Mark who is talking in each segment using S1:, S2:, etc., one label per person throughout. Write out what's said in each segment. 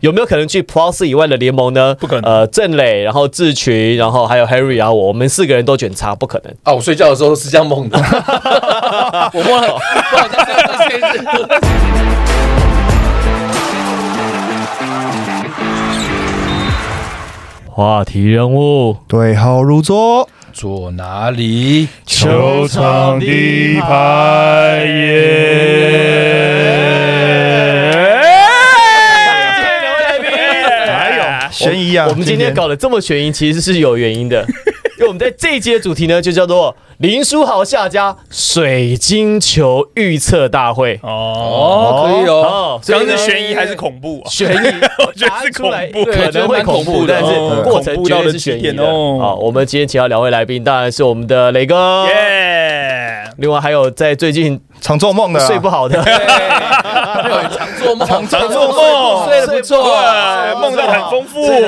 S1: 有没有可能去 Plus 以外的联盟呢？
S2: 不可能
S1: 呃，郑磊，然后志群，然后还有 Harry 啊，我我们四个人都卷差，不可能。
S3: 啊，我睡觉的时候是这样梦的，
S2: 啊
S3: 我梦到，不好意思在现 实我在
S1: 话题人物，
S4: 对号入座。
S2: 坐哪里？
S4: 球场
S2: 第排耶！
S1: 还有
S4: 悬疑啊
S1: 哎我们今
S4: 今
S1: 天
S4: 天
S1: 搞得这么悬疑，其实是有原 因的，因为我们在这一集的主题呢，就叫做林书豪下家水晶球预测大会。
S2: 哦，
S3: 可以
S1: 哦
S3: 哦，
S1: 所以
S2: 刚
S1: 呢
S2: 刚是悬疑还是恐怖啊？
S1: 悬疑，
S2: 我觉得是
S1: 答出
S2: 恐怖
S1: 来可能会恐怖，
S3: 对
S1: 但
S3: 我觉得
S1: 是
S3: 蛮恐怖的
S4: 哦
S1: 过程绝对是悬疑
S2: 恐怖
S1: 的。
S2: 到了极点哦
S1: 好，我们今天请到两位来宾，当然是我们的磊哥，
S2: 耶！
S1: 另外还有在最近
S4: 常做梦的啊
S1: 睡不 好的，
S3: 对，常做梦，常
S2: 做梦
S3: 睡得不错，
S2: 哦对，梦到很丰富。
S1: 对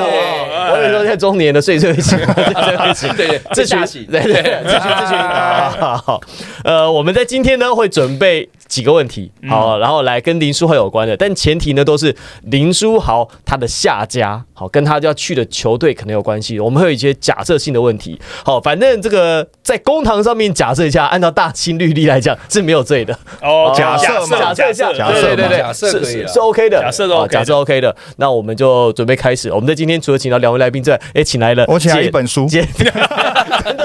S1: 我有时候在中年的睡睡不 醒，睡不醒。
S3: 对对，
S1: 这
S3: 这
S1: 群
S3: 下
S1: 对
S3: 棋，
S1: 对 对，这群这群，好好 呃，我们在今天呢会准备几个问题，好，然后来跟林书豪有关的，但前提呢都是林书豪他的下家，好，跟他要去的球队可能有关系，我们会有一些假设性的问题，好，反正这个在公堂上面假设一下，按照大清律例来讲是没有罪的，
S2: 哦，
S4: 假设
S1: 假
S4: 嘛
S1: 设一下，
S4: 假设
S1: 对对对，
S3: 假设
S1: 是
S3: 可以
S1: 是
S3: 了
S1: 是 OK 的，
S2: 假设是
S1: 好
S2: OK 的
S1: 假设 OK 的。那我们就准备开始。我们在今天除了请到两位来宾之外，也请来了
S4: 我请来
S1: 解
S4: 一本书
S1: 解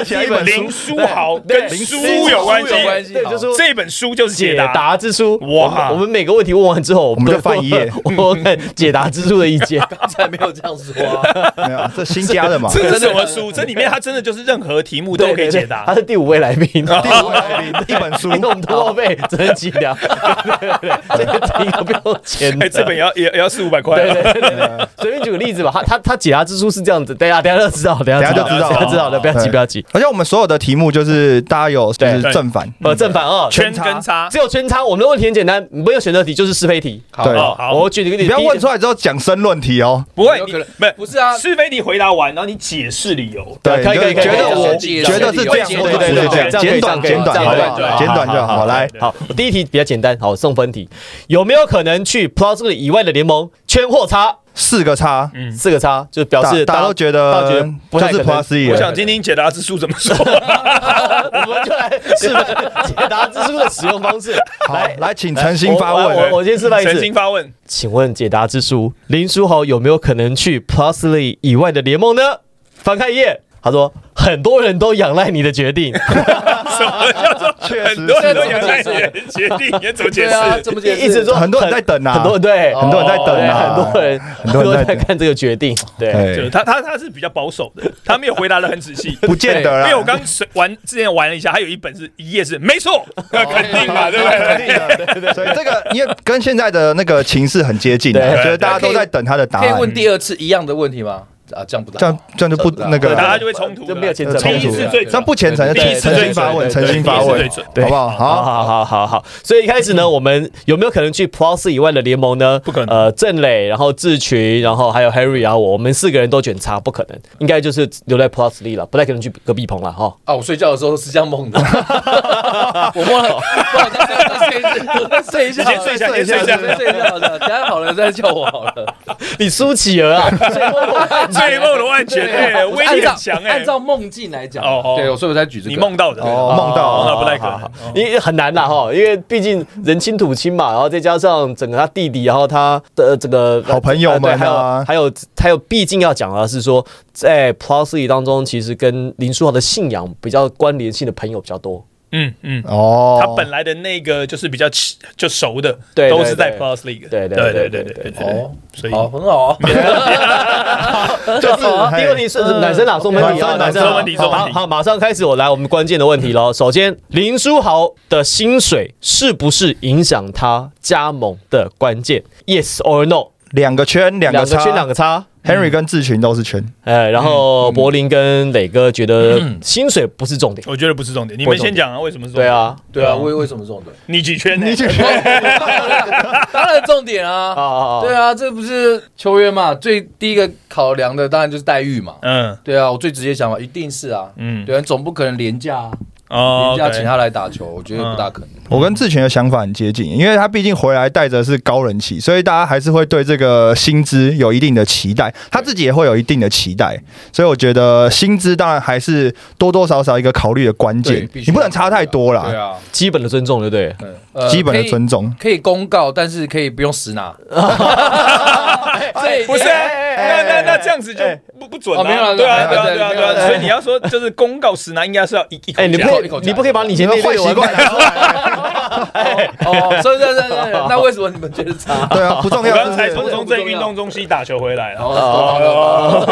S4: 写了一
S1: 本
S4: 本
S2: 林
S4: 书，
S2: 书豪跟书有关系，
S1: 对，就是说
S2: 这本书就是
S1: 解
S2: 解答。
S1: 答之书。
S2: 哇
S1: 我们我们每个问题问完之后，我
S4: 们就翻一页
S1: 我看解答之书的意 见。
S3: 刚才没有这样说啊，
S4: 没 有这新加的嘛？
S2: 这是什么书？这里面它真的就是任何题目都可以解答
S1: 他。是第五位来宾。
S4: 第五位来宾一本书
S1: 因为我们都报备，只能几两， 对对对，这个题都不用钱的。
S2: 哎，这本也要也也要四五百块
S1: 对
S2: 啊。
S1: 对对对，随便举个例子吧，他他他解答之书是这样子，等一下等一下就知道，等一下
S4: 等一下就知道
S1: 等一下知道的，不要急
S4: 对
S1: 不要急。
S4: 而且我们所有的题目就是大家有就
S1: 对
S4: 是正反，
S1: 呃，正反二，
S2: 圈跟叉
S1: 只有圈叉。我们的问题很简单，没有选择题就是是非题。
S3: 好
S4: 对
S2: 哦，好
S1: 我，举一个例
S4: 你
S1: 子，
S4: 不要
S1: 第一
S4: 问出来之后讲申论题哦。
S2: 不会，
S3: 有
S2: 你
S3: 可能
S2: 不是
S3: 不是啊，
S2: 是非题回答完，然后你解释理由。
S1: 对
S4: 对，
S1: 可以可以
S4: 你就
S1: 可以
S4: 觉得
S1: 可以
S4: 我
S1: 可以
S4: 觉得是这样，
S1: 对
S4: 或
S1: 对
S4: 者
S1: 对
S4: 是
S1: 对，
S4: 这样，
S1: 这样可以这样
S4: 简短
S1: 可以
S4: 简短
S1: 这
S4: 好
S1: 样可以这样可
S4: 不好？
S1: 以
S4: 简短就好。好来，
S1: 好，我第一题比较简单，好送分题，有没有可能去 Plus 以外的联盟圈或叉？
S4: 四个叉，
S1: 四个叉就表示
S4: 大大家都觉得
S1: 大家觉得不太
S4: 就是
S1: 可能
S4: Plus 一
S2: 我
S4: 对
S2: 想听听解答之书怎么说。
S1: 我们就来示范解答之书的使用方式。
S4: 好
S1: 来
S4: 来，请诚心发
S1: 我我
S4: 问。
S1: 我先示范一次
S2: 神经 发问，
S1: 请问解答之书，林书豪有没有可能去 Plusly 以外的联盟呢？翻开一页，他说很多人都仰赖你的决定，
S2: 什么叫做
S4: 确实
S2: 很多人都有在
S3: 这怎么解
S2: 决定？你怎么解
S3: 对啊，
S2: 释？
S3: 怎么解释？
S1: 一直说
S4: 很多人在等啊
S1: 很多人对，
S4: 很多人在
S1: 对
S4: 等啊，
S1: 很多人很
S4: 多人在等
S1: 多人在看这个决定，对。
S2: 就
S4: 对，
S2: 是他他他是比较保守的， 他没有回答的很仔细。
S4: 不见
S1: 啊
S4: 得
S2: 因
S4: 啦。
S2: 为我刚随玩之前玩了一下，还有一本是一页是 没错，
S1: 哦
S2: 那肯定嘛，对不对？
S4: 对对，所以这个因为跟现在的那个情势很接近啊，
S1: 对
S4: 觉得大家都在等他的答
S3: 可以
S4: 案，
S3: 问第二次一样的问题吗？啊，这样不大
S4: 这样这样就不那个
S3: 对
S2: 大
S4: 啦
S2: 家就会冲突
S1: 这
S2: 了，
S1: 没有牵扯
S4: 这
S2: 第
S4: 冲
S2: 一
S4: 突
S2: 次
S4: 了，
S2: 最
S4: 这样不虔诚，
S2: 第一
S4: 对
S2: 次
S4: 诚
S2: 最
S4: 心发问，
S2: 准
S4: 诚心发
S2: 第一
S4: 问
S2: 次最准，
S1: 对
S4: 好不好？
S1: 好
S4: 好，
S1: 好好好好，所以一开始呢，我们有没有可能去 Plus 以外的联盟呢？
S2: 不可能
S1: 呃，郑磊，然后志群，然后还有 Harry 啊，我，我们四个人都卷差，不可能，应该就是留在 Plus 里了，不太可能去隔壁棚了哈。
S3: 啊，我睡觉的时候是这样梦的，我梦到，不好意思再睡一次我再睡一下，
S2: 你先睡一下
S3: 再
S2: 你先睡一下
S3: 再睡一下，好的，等下好了再叫我好了。
S1: 你苏乞儿啊，
S2: 最后罗万全，哎，威
S3: 按
S2: 力
S3: 照
S2: 很强哎
S3: 按。照梦境来讲，啊
S2: 哦哦
S3: 对，所以我才举这个。
S2: 你梦到的
S4: 哦梦到
S2: 那不太 可
S1: 好好
S2: 能
S1: 好。因为很难啦哈，因为毕竟人亲土亲嘛，然后再加上整个他弟弟，然后他的这个呃
S4: 好朋友们
S1: 对还有
S4: 啊
S1: 还有还有，毕竟要讲的是说，在 Plus 里当中，其实跟林书豪的信仰比较关联性的朋友比较多。
S2: 嗯嗯，
S4: 哦，
S2: 他本来的那个就是比较起就熟的，
S1: 对对
S2: 都是在
S1: 对
S2: Plus League。
S1: 对对
S2: 对
S1: 对
S2: 对
S1: 对
S2: 对对。
S3: 哦，
S2: 所以
S3: 好，很好啊。
S1: 就是
S4: 好啊
S1: 第一个问题是男生啦，送问题啊，
S4: 男生
S1: 啊
S4: 送
S2: 问题送问题
S1: 好好，马上开始，我来我们关键的问题喽。首先，林书豪的薪水是不是影响他加盟的关键？Yes or no？
S4: 两个圈，两
S1: 两
S4: 个
S1: 个
S4: 叉，
S1: 圈，两个叉。
S4: Henry 跟志群都是圈，
S1: 呃，然后柏林跟磊哥觉得薪水不是重点，
S2: 我觉得不是重点，你
S1: 不
S2: 们
S1: 是重
S2: 先
S1: 点
S2: 讲啊，为什么是重
S1: 对
S2: 点？，
S1: 啊，
S3: 对
S2: 哦
S3: 啊，为为什么中的？
S2: 你几圈呢？
S4: 你几圈
S3: 当然重点
S1: 啊
S3: 啊，
S1: 啊啊，
S3: 对
S1: 啊，
S3: 啊，这不是球员嘛，最第一个考量的当然就是待遇嘛。
S2: 嗯
S3: 对啊，我最直接想法一定是啊，
S2: 嗯
S3: 对啊，总不可能廉价啊，
S2: 哦
S3: 人家请他来打球，我觉得不大可能。
S4: 我跟志群的想法很接近，因为他毕竟回来带着是高人气，所以大家还是会对这个薪资有一定的期待，他自己也会有一定的期待，所以我觉得薪资当然还是多多少少一个考虑的关
S3: 对
S4: 键，
S3: 必须
S4: 你不能差太多
S3: 对
S4: 啦，
S3: 啊，
S1: 基本的尊重，对不对？
S3: 嗯呃
S4: 基本的尊重。
S3: 可以可以公告，但是可以不用实 拿。这
S2: 不是啊，
S3: 哎
S2: 那那那这样子就不不准
S3: 哦没有
S2: 啊，
S3: 了
S2: 对啊，
S3: 没
S2: 对
S3: 有
S2: 啊，
S3: 了
S2: 对啊，
S3: 没有
S2: 对
S3: 了
S2: 啊，所以你要说就是公告时呢，应该是要一一口
S1: 哎，你不
S2: 价
S1: 可
S3: 一
S1: 以
S3: 口，夹
S1: 你不可以把你以前
S4: 你
S1: 那
S4: 们坏习惯拿出来，
S3: 哦，所以对对对，那为什么你们觉得差？
S4: 对啊，不重
S2: 我
S4: 要。是
S2: 刚
S4: 不
S2: 才
S4: 是
S2: 从从这运动中心打球回来了。
S3: 哦，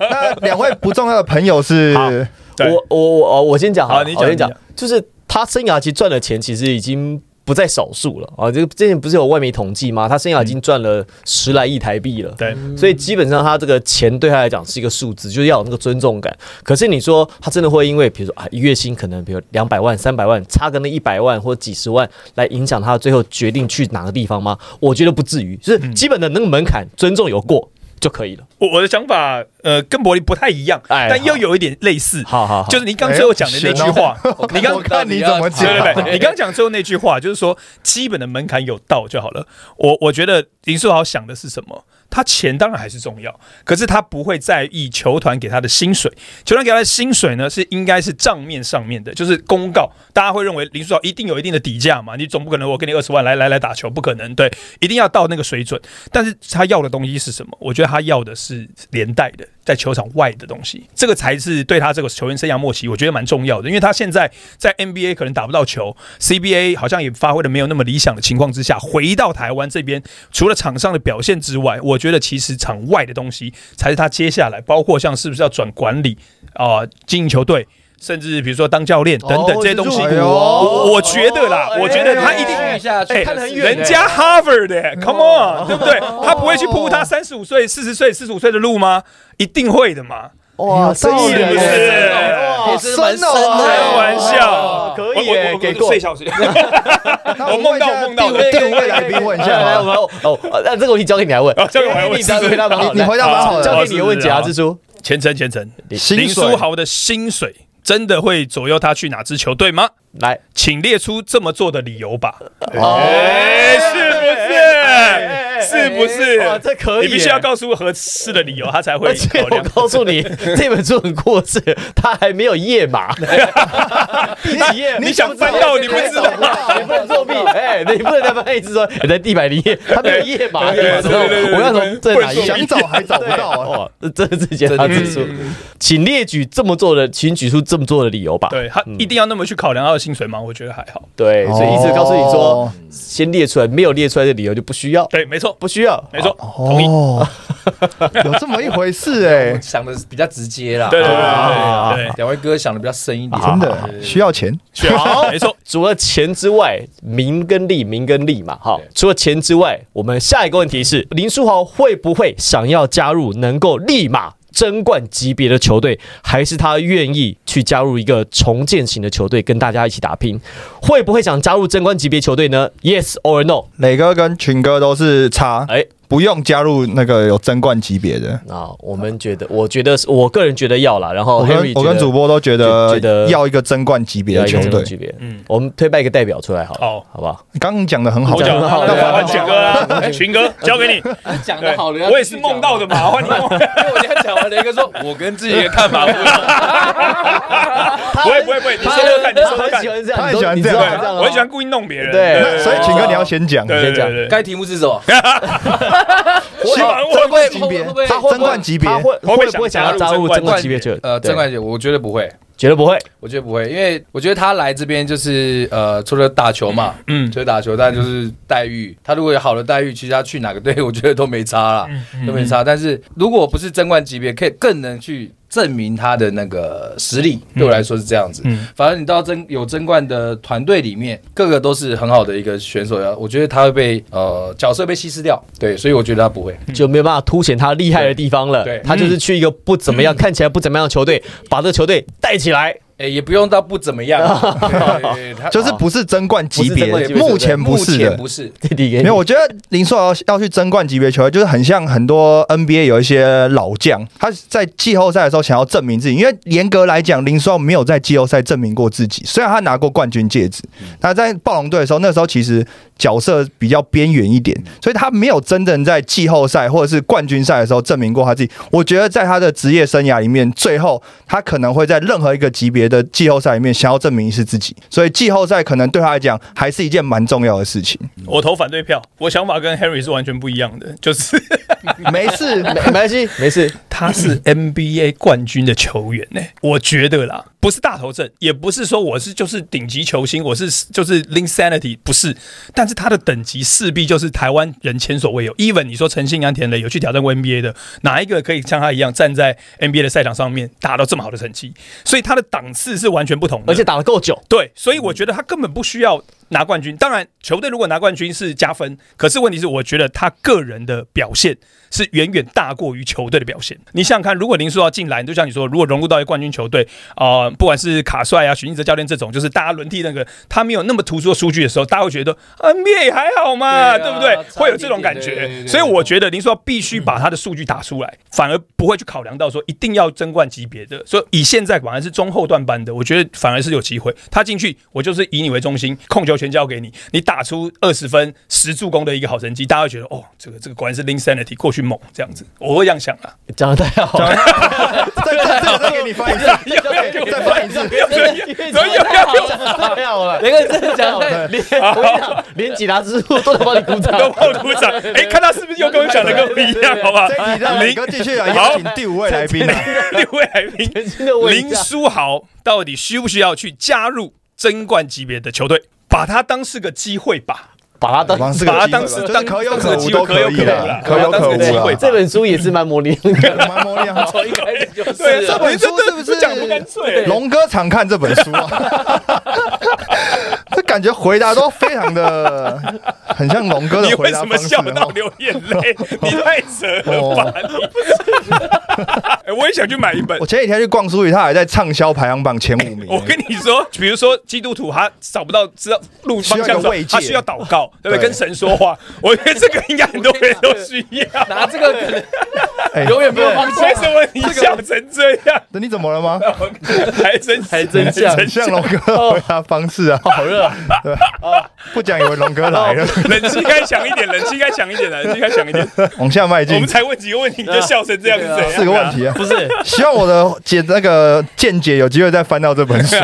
S4: 那两位不重要的朋友是
S1: 好
S2: 对
S1: 我我我哦我先讲好
S2: 好
S1: 了，
S2: 你
S1: 我
S2: 讲
S1: 先讲
S2: 你，
S1: 就是他生涯其实赚的钱其实已经不在少数了啊。这个之前不是有外媒统计吗？他生涯已经赚了十来亿台币了。嗯
S2: 对，
S1: 所以基本上他这个钱对他来讲是一个数字，就是要有那个尊重感。可是你说他真的会因为，比如说啊，月薪可能比如两百万、三百万，差个那一百万或几十万，来影响他最后决定去哪个地方吗？我觉得不至于，就是基本的那个门槛尊重有过就可以了。
S2: 我我的想法呃跟伯利不太一样，
S1: 哎
S2: 但又
S1: 好
S2: 有一点类似，
S1: 好好好，
S2: 就是你刚最后讲的那句话，
S3: 哦
S2: 你刚
S4: 我看你怎么讲
S2: 对对对，你刚讲最后那句话，就是说基本的门槛有到就好了。我我觉得林书豪想的是什么？他钱当然还是重要，可是他不会在意球团给他的薪水。球团给他的薪水呢，是应该是账面上面的，就是公告，大家会认为林书豪一定有一定的底价嘛？你总不可能我给你二十万来来来打球，不可能，对，一定要到那个水准。但是他要的东西是什么？我觉得他要的是连带的，在球场外的东西，这个才是对他这个球员生涯末期，我觉得蛮重要的。因为他现在在 NBA 可能打不到球，CBA 好像也发挥的没有那么理想的情况之下，回到台湾这边，除了场上的表现之外，我觉得其实场外的东西才是他接下来，包括像是不是要转管理啊、经营球队。甚至比如说当教练等等
S1: 哦
S2: 这些东西，
S1: 这
S4: 是入股哦
S2: 我我觉得啦，我觉得他一定
S3: 续下去，
S1: 看得很远
S2: 人家 Harvard 的、c
S1: 嗯
S2: o m e on，对不对？他不会去铺他三十五岁、四十岁、四十五岁的路吗？一定会的嘛！
S1: 哇，
S4: 是不
S2: 是
S1: 哇
S3: 也是蛮深
S4: 深哦
S3: 的，
S2: 开玩
S1: 哦
S2: 笑，
S1: 可以
S2: 我我
S1: 耶
S2: 我
S1: 给过
S2: 睡小时，
S4: 那
S2: 我梦到我梦到
S4: 问一下第五位来宾问一下
S1: 来来，
S4: 吧
S1: 我。们来哦，那这个问题交给你来问，
S2: 交给我来问
S1: 你回答蛮好，
S4: 你你回答蛮好的
S1: 交给你问解啊，支书。
S2: 前程前程，
S4: 薪
S2: 林
S4: 水
S2: 书豪的薪水真的会左右他去哪支球队吗？
S1: 来，
S2: 请列出这么做的理由吧。
S1: 哎
S2: 哎，是不是？是不
S1: 哇，
S2: 是？
S1: 这可以
S2: 你
S1: 耶，
S2: 必须要告诉我合适的理由，他才会
S1: 而且
S2: 考
S1: 我
S2: 量。
S1: 告诉你，这本书很过时，它还没有页码。第几页？
S2: 你想翻到你不知道
S1: 你不能作弊，哎，你不能再翻一次说你在地板里页，它没有页码，
S2: 对对对对对对
S1: 我要从这哪一页
S2: 不能作弊
S4: 想找还找不到啊。
S1: 哦，这是直接他指出，请列举这么做的，请举出这么做的理由吧。
S2: 对他一定要那么去考量他的薪水吗？我觉得还好。
S1: 对，所以一直告诉你说
S4: 哦，
S1: 先列出来，没有列出来的理由就不需要，
S2: 对，没错，
S1: 不需要。
S2: 没错，同意。
S4: 哦， 有这么一回事 哎，
S3: 想的比较直接啦。
S2: 对对对对对，
S3: 两位哥想的比较深一点，
S4: 真的需要钱。
S2: 选好，没错。
S1: 除了钱之外，名跟利，名跟利嘛，哈
S3: 对。
S1: 除了钱之外，我们下一个问题是：林书豪会不会想要加入能够立马争冠级别的球队，还是他愿意去加入一个重建型的球队，跟大家一起打拼？会不会想加入争冠级别球队呢？Yes or no？
S4: 磊哥跟群哥都是差，
S1: 哎
S4: 不用加入那个有争冠级别的。
S1: 啊，我们觉得，我觉得是，我个人觉得要啦。然后
S4: 我
S1: Henry
S4: 跟我跟主播哦都觉
S1: 觉觉得
S4: 得要一个争冠级别
S1: 要
S4: 的
S1: 一
S4: 球
S1: 个争冠
S4: 队。
S1: 级别，嗯
S2: 嗯，
S1: 我们推派一个代表出来好了，
S2: 好
S1: 好不好？
S4: 刚刚讲的很好
S1: 我，讲
S2: 讲
S1: 得好
S2: 好，
S1: 对啊
S2: 那换群哥啦，群哥交给你。
S3: 讲
S2: 对
S3: 的好的，
S2: 我也是梦到的嘛，换你梦。
S3: 因为我今天讲完，雷哥说，我跟自己的看法不一样。
S2: 不会不会不会，你说说看，你说说
S1: 他很
S2: 看
S1: 喜。欢这样，
S4: 他
S1: 你
S4: 很
S1: 都
S4: 喜欢
S1: 你知
S4: 这
S1: 道
S4: 样
S1: 他这
S2: 对，
S1: 样哦，
S2: 我很喜欢故意弄别人。
S1: 对
S4: 那所以群哥你要先讲，
S2: 对对对对对，
S3: 该题目是什么？
S2: 希望我
S4: 争冠
S3: 会
S4: 级
S3: 会
S4: 别
S3: 会不会，
S1: 他会
S4: 争冠级别
S1: 他会
S2: 会不会
S1: 会不会
S2: 想
S1: 想要
S2: 加入
S1: 加入
S2: 争
S1: 争冠
S3: 冠
S1: 级别球队？
S3: 呃，
S1: 对
S3: 郑冠杰，我觉得不会，
S1: 绝对不会。
S3: 我觉得不会，因为我觉得他来这边就是呃，除了打球嘛，
S2: 嗯
S3: 除了打球，但就是待遇，他如果有好的待遇，其实他去哪个队，我 觉得都没差啦，
S2: 嗯
S3: 都没差。但是如果不是争冠级别，可以更能去证明他的那个实力，对我来说是这样子。
S2: 嗯
S3: 反正你到争有争冠的团队里面，个个都是很好的一个选手，我觉得他会被呃角色被稀释掉，对，所以我觉得他 不会。
S2: 嗯
S1: 就没有办法凸显他厉害的地方了
S3: 对。对
S2: 嗯
S1: 他就是去一个不怎么样、看起来不怎么样的球队，把这个球队带起来，
S3: 哎，也不用到不怎么 样，对他
S4: 就是不是争冠级
S1: 哦不是争
S4: 别
S1: 冠级，别
S4: 目前不
S3: 目
S4: 是
S3: 前
S4: 的。
S3: 不是，
S1: 弟弟给
S4: 没有，我觉得林书豪要去争冠级别球员，就是很像很多 NBA 有一些老将，他在季后赛的时候想要证明自己，因为严格来讲，林书豪没有在季后赛证明过自己。虽然他拿过冠军戒指，他在暴龙队的时候，那时候其实角色比较边缘一点，所以他没有真正在季后赛或者是冠军赛的时候证明过他自己。我觉得在他的职业生涯里面，最后他可能会在任何一个级别的季后赛里面想要证明是自己，所以季后赛可能对他来讲还是一件蛮重要的事情。
S2: 我投反对票，我想法跟 Henry 是完全不一样的，就是
S4: 没事，
S1: 没没关系，没事。
S2: 他是 NBA 冠军的球员呢、我觉得啦，不是大头阵，也不是说我是就是顶级球星，我是就是 Linsanity 不是，但是他的等级势必就是台湾人前所未有。even 你说陈信安、田磊有去挑战过 NBA 的，哪一个可以像他一样站在 NBA 的赛场上面打到这么好的成绩？所以他的档次是完全不同的，
S1: 而且打得够久，
S2: 对，所以我觉得他根本不需要拿冠军。当然，球队如果拿冠军是加分，可是问题是，我觉得他个人的表现是远远大过于球队的表现。你想想看，如果林书豪进来，就像你说，如果融入到一个冠军球队，啊，不管是卡帅啊、许晋哲教练这种，就是大家轮替那个，他没有那么突出的数据的时候，大家会觉得 NBA 也还好嘛，
S3: 对
S2: 对
S3: 啊
S2: 不对？
S3: 差
S2: 会有
S3: 一
S2: 这
S3: 点
S2: 种感
S3: 点对对
S2: 觉。
S3: 对
S2: 所以我觉得林书豪必须
S4: 嗯
S2: 把他的数据打出来，反而不会去考量到说一定要争冠级别的。所以以现在反而是中后段班的，我觉得反而是有机会。他进去，我就是以你为中心，控球权交给你，你打出二十分、十助攻的一个好成绩，大家会觉得哦，这个这个果然是 Lin Sanity 过去猛这样子，我会这样想啊。
S1: 讲得太好了。
S4: 再再再再给你翻一次， 再翻一次。
S1: 所以太好了，
S3: 雷哥真的讲得
S1: 连我跟你讲，连几达之路都能帮你鼓掌
S2: 都。帮我鼓掌，哎、看他是不是又跟我想的跟我一样，好不好？
S4: 这一题啊让磊哥继续来邀请第五位来宾啊。
S2: 六位来宾，
S1: 真的啊问一
S2: 林
S1: 下，
S2: 书豪到底需不需要去加入争冠级别的球队？把它当是个机会吧。
S1: 把他当
S4: 王是个
S2: 把它
S4: 机会吧
S2: 当时
S4: 就是
S2: 当
S4: 可有
S2: 当时
S4: 可
S2: 机
S4: 无
S2: 会
S4: 都
S2: 可
S4: 可
S2: 有
S4: 以
S2: 可无
S4: 啦
S2: 啦，
S4: 啊可有可
S2: 把它当
S4: 无
S2: 时机会
S4: 啦
S2: 吧。
S1: 这本书也是蛮模棱两 可。
S4: 蛮模 样。
S3: 从一开始就是
S2: 对，
S4: 这
S3: 啊，
S4: 本书是不是
S2: 这讲不干脆？
S4: 龙哥常看这本书啊， 这感觉回答都非常的，很像龙哥
S2: 你
S4: 的
S2: 为
S4: 回答
S2: 什
S4: 方
S2: 么
S4: 式
S2: 笑到
S4: 哦。
S2: 流 眼泪？你太扯了吧！ 你哎我也想去买一本
S4: 我。前几天去逛书语，他还在畅销排行榜前五名。
S2: 我跟你说，比如说基督徒他找不到知道路方
S4: 需要
S2: 向
S4: 一个
S2: 的时候
S4: 慰，藉
S2: 他需要祷告，对不对？
S4: 对
S2: 跟神说话。我觉得这个应该很多人都需要。
S3: 拿这个可能
S4: 哎
S3: 永远没有方
S2: 为
S3: 向。
S2: 什么你笑成这样？
S4: 那你怎么了吗？
S2: 还真是
S1: 还真像
S4: 很像龙哥的回答方式啊，
S1: 好热啊！
S4: 不讲以为龙哥来了，
S2: 冷气该强一点，冷气该强一点，冷气该强 一点。
S4: 往下迈
S2: 我
S4: 进
S2: 们。才问几个问题你就笑成这样是怎样？
S4: 四个问。题啊，
S1: 不是，
S4: 希望我的解那个见解有机会再翻到这本 书。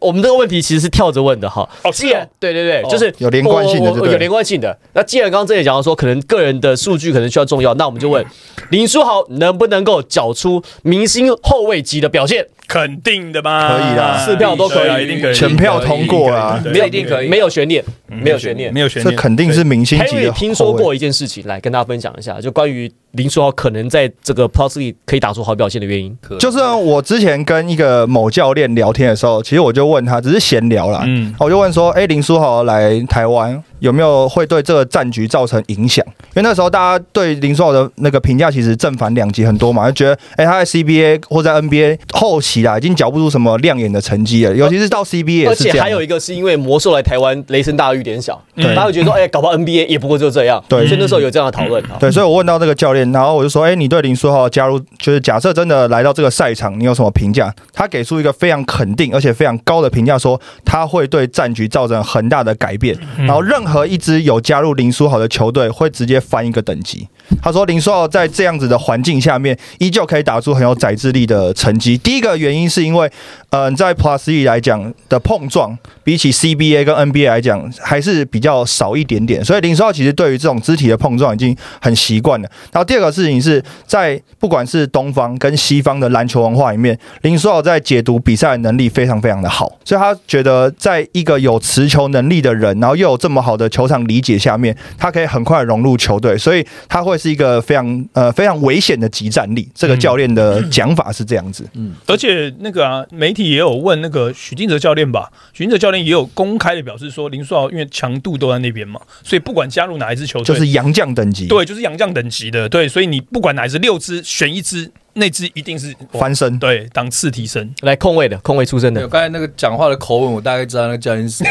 S1: 我们这个问题其实是跳着问的哈
S2: 哦。
S1: 既然
S2: 是哦
S1: 对对对，就是
S4: 有连贯性
S1: 我
S4: 的
S1: 我
S4: 就
S1: 我
S4: 对了
S1: 有连贯性的。那既然刚刚这里讲到说，可能个人的数据可能需要重要，那我们就问林书豪能不能够缴出明星后卫级的表现？
S2: 肯定的嘛，
S4: 可以啦
S1: 四票都可以
S2: 对啊一定可以，
S4: 全票通过啊啦
S2: 对
S3: 没有一定可
S2: 啊
S3: 以
S1: 没有悬念，
S2: 嗯
S1: 没有悬念。
S2: 没有悬
S4: 这
S2: 念，
S4: 肯定是明星级
S1: Henry
S4: 嗯的。
S1: 听说过，一件事情，来跟大家分享一下，就关于林书豪可能在这个 Plus League 可以打出好表现的原因。
S4: 就是我之前跟一个某教练聊天的时候，其实我就问他，只是闲聊啦，
S2: 嗯
S4: 我就问说，哎、林书豪来台湾有没有会对这个战局造成影响？因为那时候大家对林书豪的那个评价其实正反两极很多嘛，就觉得，哎、他在 CBA 或在 NBA 后期啦，已经缴不出什么亮眼的成绩了，尤其是到 CBA 也
S1: 而
S4: 是这
S1: 且
S4: 样。
S1: 还有一个是因为魔兽来台湾，雷声大雨点小，
S2: 对
S1: 大家会觉得说，哎，搞不好 NBA 也不过就这样。
S4: 对
S1: 所以那时候有这样的讨论啊。
S4: 对，所以我问到这个教练，然后我就说：“哎、你对林书豪的加入，就是假设真的来到这个赛场，你有什么评价？”他给出一个非常肯定而且非常高的评价，说他会对战局造成很大的改变。然后任何一支有加入林书豪的球队，会直接翻一个等级。他说林书豪在这样子的环境下面，依旧可以打出很有宰制力的成绩。第一个原因是因为，嗯、在 Plus E 来讲的碰撞，比起 CBA 跟 NBA 来讲还是比较少一点点，所以林书豪其实对于这种肢体的碰撞已经很习惯了。然后第二个事情是在不管是东方跟西方的篮球文化里面，林书豪在解读比赛的能力非常非常的好，所以他觉得在一个有持球能力的人，然后又有这么好的球场理解下面，他可以很快地融入球队，所以他会是一个非常呃非常危险的集战力。这个教练的讲法是这样子，
S2: 而且那个啊，媒体也有问那个许晋哲教练吧，许晋哲教练也有公开的表示说，林书豪因为强度都在那边嘛，所以不管加入哪一支球队，
S4: 就是洋将等级，，
S2: 对，就是洋将等级的，对，所以你不管哪一支，六支选一支，那支一定是哇
S4: 翻 身。
S2: 哦对档次提升。
S1: 来控卫的，控卫出身
S3: 对 我
S1: 的，
S3: 刚才那个讲话的口吻，我大概知道那个教练是 谁。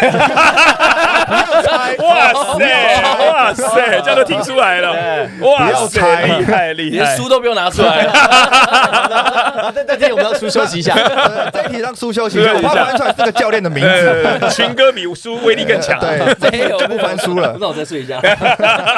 S4: 哎
S2: 哇塞，哇塞，这样都听出来
S4: 哎
S2: 了，哇塞，厉害厉
S3: 连
S2: 害！
S3: 书都不用拿出来了，
S1: 但但这我们要出休息一 下。
S4: 呃这一题让苏修行，
S2: 对
S4: 我怕翻出来这个教练的名字，
S2: 呃，情歌比书威力更强。
S3: 没有
S4: 不翻书 了
S3: 那我再睡一下。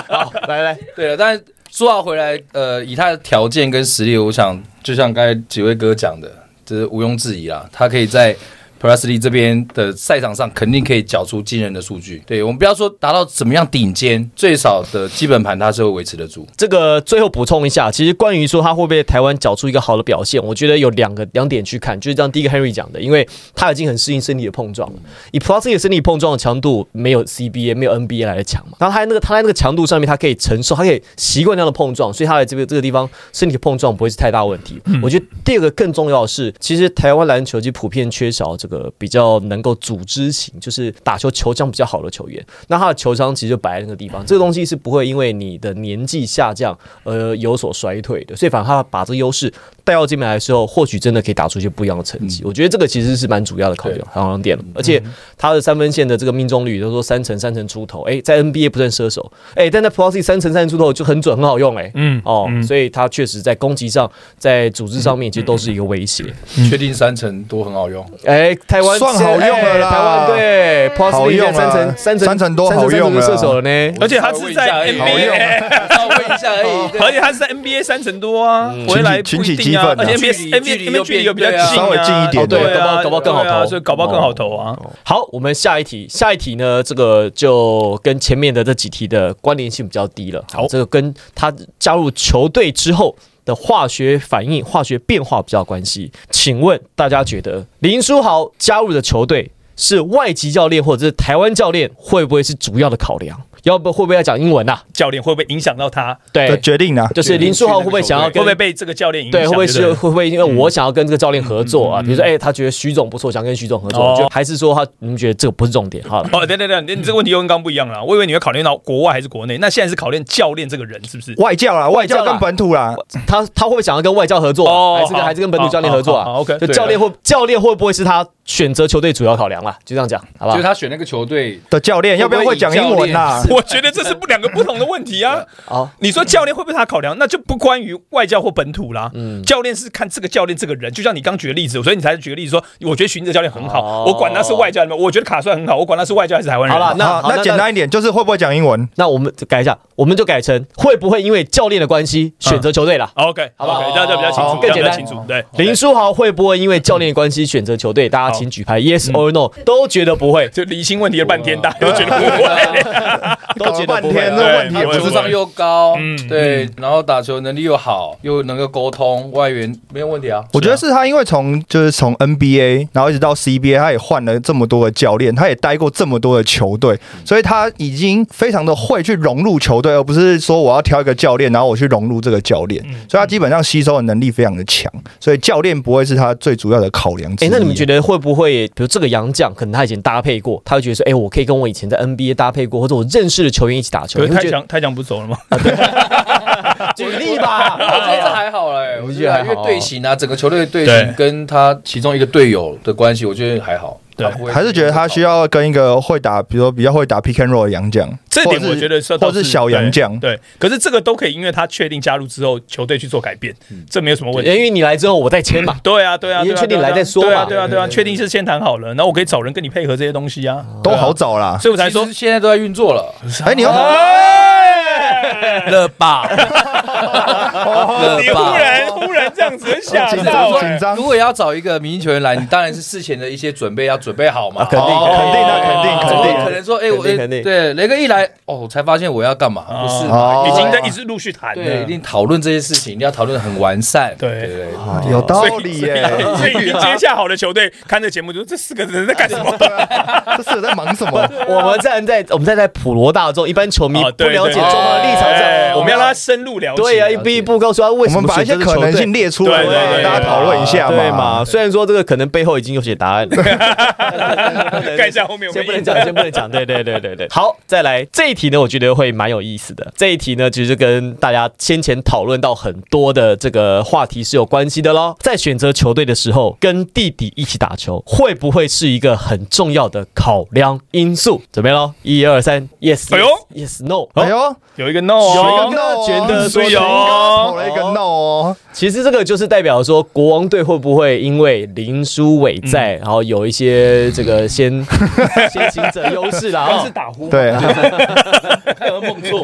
S1: 好，来来，
S3: 对了，但是苏浩回来，呃，以他的条件跟实力，我想就像刚才几位哥讲的，这、是毋庸置疑啦。他可以在 Presley 这边的赛场上，肯定可以缴出惊人的数据。对我们不要说达到怎么样顶尖，最少的基本盘他是会维持得住。
S1: 这个最后补充一下，其实关于说他会不会台湾缴出一个好的表现，我觉得有两个两点去看，就是像第一个 Henry 讲的，因为他已经很适应身体的碰撞了。以 Plus 的身体碰撞的强度，没有 CBA 没有 NBA 来的强嘛。然后他在那个他在那个强度上面，他可以承受，他可以习惯这样的碰撞，所以他在这个这个地方身体碰撞不会是太大问题。我觉得第二个更重要的是，其实台湾篮球其实普遍缺少这个比较能够组织型，就是打球球商比较好的球员。那他的球商其实就摆在那个地方，这个东西是不会因为你的年纪下降呃有所衰退的。所以反而他把这个优势带到这边来的时候，或许真的可以打出一些不一样的成绩。我觉得这个其实是蛮主要的考量考量点了。而且他的三分线的这个命中率，都说三成三成出头，哎、在 NBA 不算射手，哎、但在 Plus 三成三成出头就很准，很好用、哎。
S2: 嗯
S1: 哦，所以他确实在攻击上，在组织上面其实都是一个威胁。
S3: 确定三成多很好用，
S1: 哎、台湾
S4: 算好用了啦
S1: 哎台湾对 Plus
S4: 好用了
S1: 三成三成
S4: 三成多好用了
S1: 射手了呢。
S2: 而且他是在
S3: 稍微问一下而已
S2: NBA，
S3: 稍微问一下而已。对
S2: 而且他是在 NBA 三成多啊，回来不一
S4: 嗯群起激
S2: 定
S4: 愤
S2: 啊
S4: 啊，
S2: 而且
S3: 距离
S2: NBA
S3: 距离
S2: NBA
S3: 又
S2: 距离
S3: 变
S2: 又比较
S3: 对
S2: 近
S3: 啊
S2: 啊，
S4: 稍微近一点哦
S1: 对
S2: 对啊，
S1: 搞不好搞不好更好
S2: 对啊
S1: 投
S2: 所以搞不好更好投啊。
S1: 好，我们下一题，下一题呢，这个就跟前面的这几题的关联性比较低了。
S2: 好
S1: 这个跟他加入球队之后的化学反应、化学变化比较有关系。请问大家觉得林书豪加入的球队是外籍教练或者是台湾教练，会不会是主要的考量？要不会不会要讲英文啊？
S2: 教练会不会影响到他？
S4: 这
S1: 哎对，
S4: 决定啊呢？
S1: 就是林书豪会不会想要
S2: 会不
S1: 跟
S2: 会被这个教练影响？
S1: 对，会不会
S2: 哦对
S1: 是
S2: 对
S1: 会不会因为我想要跟这个教练合作啊？比如说，哎、他觉得徐总不错，想跟徐总合作，
S2: 哦
S1: 就还是说他你们觉得这个不是重点？好了，
S2: 哦，等等等，你这个问题又跟刚刚不一样了。我以为你会考虑到国外还是国内，那现在是考虑教练这个人是不是？
S4: 外教啦，外
S1: 教
S4: 教
S1: 啦
S4: 跟本土啦，
S1: 他他会不会想要跟外教合作啊，
S2: 哦
S1: 还是跟
S2: 好
S1: 还是跟本土教练合作
S2: 好
S1: 啊
S2: 好好，OK，
S1: 就教练会教练会不会是他选择球队主要考量啦？就这样讲，好不
S3: 就
S1: 好
S3: 是？他选那个球队，
S4: 的教练要不要会讲英文啊啦
S3: 会不会以教？练
S2: 我觉得这是不两个不同的问题 啊。
S1: 好，
S2: 你说教练会不会他考量，那就不关于外教或本土啦。教练是看这个教练这个人，就像你刚举的例子，所以你才举个例子说，我觉得徐宁哲教练很好，
S1: 哦
S2: 我管他是外教还是我觉得卡帅很好，我管他是外教还是台湾人。
S1: 好啦那
S4: 好
S1: 好
S4: 那简单一点，就是会不会讲英文？
S1: 那我们改一下，我们就改成会不会因为教练的关系选择球队啦？
S2: OK，好
S1: 不
S2: 吧
S1: 好，
S2: OK，这样就比较清
S1: 好
S2: 楚，
S1: 更简单
S2: 这样比较清楚。对，
S1: 林书豪会不会因为教练的关系选择球队？大家请举牌，yes or no，都觉得不会，
S2: 就理清问题了半天，大家
S1: 哦
S2: 都 觉得不
S1: 啊
S2: 会。
S1: 都觉
S4: 搞
S1: 得不
S4: 了半
S1: 会
S4: 天，
S1: 啊。
S4: 这个问题也
S2: 对
S4: 不
S2: 会
S4: 是
S2: 不
S3: 智
S2: 会
S3: 商又高，
S2: 嗯
S3: 对，然后打球能力又好，又能够沟通，外援没有问题啊。
S4: 我觉得是他，因为从就是从 NBA，然后一直到 CBA，他也换了这么多的教练，他也待过这么多的球队，
S2: 嗯
S4: 所以他已经非常的会去融入球队，而不是说我要挑一个教练，然后我去融入这个教练，
S2: 嗯
S4: 所以他基本上吸收的能力非常的强，所以教练不会是他最主要的考量之
S1: 哎、
S4: 一。
S1: 那你们觉得会不会，比如这个洋将，可能他以前搭配过，他会觉得说，哎、我可以跟我以前在 NBA 搭配过，或者我认识的球员一起打球，
S2: 可
S1: 你
S2: 是
S1: 会
S2: 太
S1: 觉得
S2: 强太强不走了吗？
S1: 举例 吧，
S3: 我觉得这还好嘞，啊我觉得
S1: 你觉得还
S3: 因
S1: 好
S3: 为队形啊，整个球队的队
S2: 对
S3: 形跟他其中一个队友的关系，我觉得还好。
S2: 对
S3: 他不会
S4: 还是觉得他需要跟一个会打，比如说比较会打 pick and roll 的洋将，
S2: 这
S4: 或
S2: 点
S4: 者是
S2: 我觉得算
S4: 或者是小洋将，
S2: 对，对可是这个都可以，因为他确定加入之后，球队去做改变，这没有什么
S1: 嗯
S2: 问
S1: 因
S2: 题。
S1: 为你来之后我再签嘛。
S2: 对啊，对啊，
S1: 因为
S2: 对啊
S1: 确定
S2: 对啊
S1: 来再说
S2: 对啊，
S1: 嘛
S2: 对啊，对啊，确定是先谈好了，然后我可以找人跟你配合这些东西啊，
S1: 哦
S4: 都好找啦。
S2: 所以我才
S3: 其
S2: 说
S3: 实，现在都在运作了，
S4: 哎，你要
S2: 啊哎
S3: 乐 吧？
S2: 哦你
S3: 乐
S2: 啊忽
S3: 吧？
S2: 然忽然这样子吓
S4: 紧
S2: 到
S4: 张
S2: 哎
S4: 哦紧张
S3: 如，果要找一个明星球员来，你当然是事前的一些准备要准备好嘛。
S4: 肯定
S1: 哦
S4: 肯定的肯定
S2: 哦
S4: 肯
S3: 总
S4: 定
S3: 不可能说，哎，我
S1: 肯定
S3: 哎
S1: 肯定
S3: 对雷哥一来，哦，我才发现我要干嘛？不是嘛？
S4: 哦
S2: 已经在一直陆续谈了，
S3: 对，一定讨论这些事情，一定要讨论得很完善。
S2: 对
S3: 对对。
S4: 有道
S2: 所以
S4: 理
S2: 所以
S4: 耶。
S2: 所以 你接下好的球队看这节目，就说这四个人在干什么？
S4: 这是我在忙什么？
S1: 我们站在我们站在普罗大众一般球迷
S2: 哦
S1: 不
S2: 对
S1: 了解
S2: 对
S1: 中华的立场
S2: 对对，我们要让他深入了解。
S1: 对啊呀，一步一步告诉他为
S4: 我
S1: 什
S4: 们
S1: 么
S4: 把一
S1: 选
S4: 些
S1: 这支
S4: 可
S1: 球
S4: 能
S1: 队
S4: 性列出来
S2: 对对
S4: 嘛，
S2: 对
S4: 大家讨论一下
S1: 对
S4: 嘛
S1: 嘛？。虽然说这个可能背后已经有写答案了，
S2: 看一下后面有没有
S1: 先不能讲，先不能讲。对对对 对对。好，再来这一题呢，我觉得会蛮有意思的。这一题呢，其实跟大家先前讨论到很多的这个话题是有关系的喽。在选择球队的时候，跟弟弟一起打球会不会是一个很重要的考量因素？准备喽，一二三，yes，
S2: 哎呦
S1: yes no。
S4: 哎呦，
S2: 有一个 no，哦
S1: 有一个觉得
S2: 说
S4: 有投了一个 no 哦，
S1: 其实这个就是代表说，国王队会不会因为林书伟在，
S2: 嗯
S1: 然后有一些这个先 先行者优势啦？
S2: 刚
S1: 哦啊
S2: 是打 呼，
S4: 对，
S3: 看有没有梦错，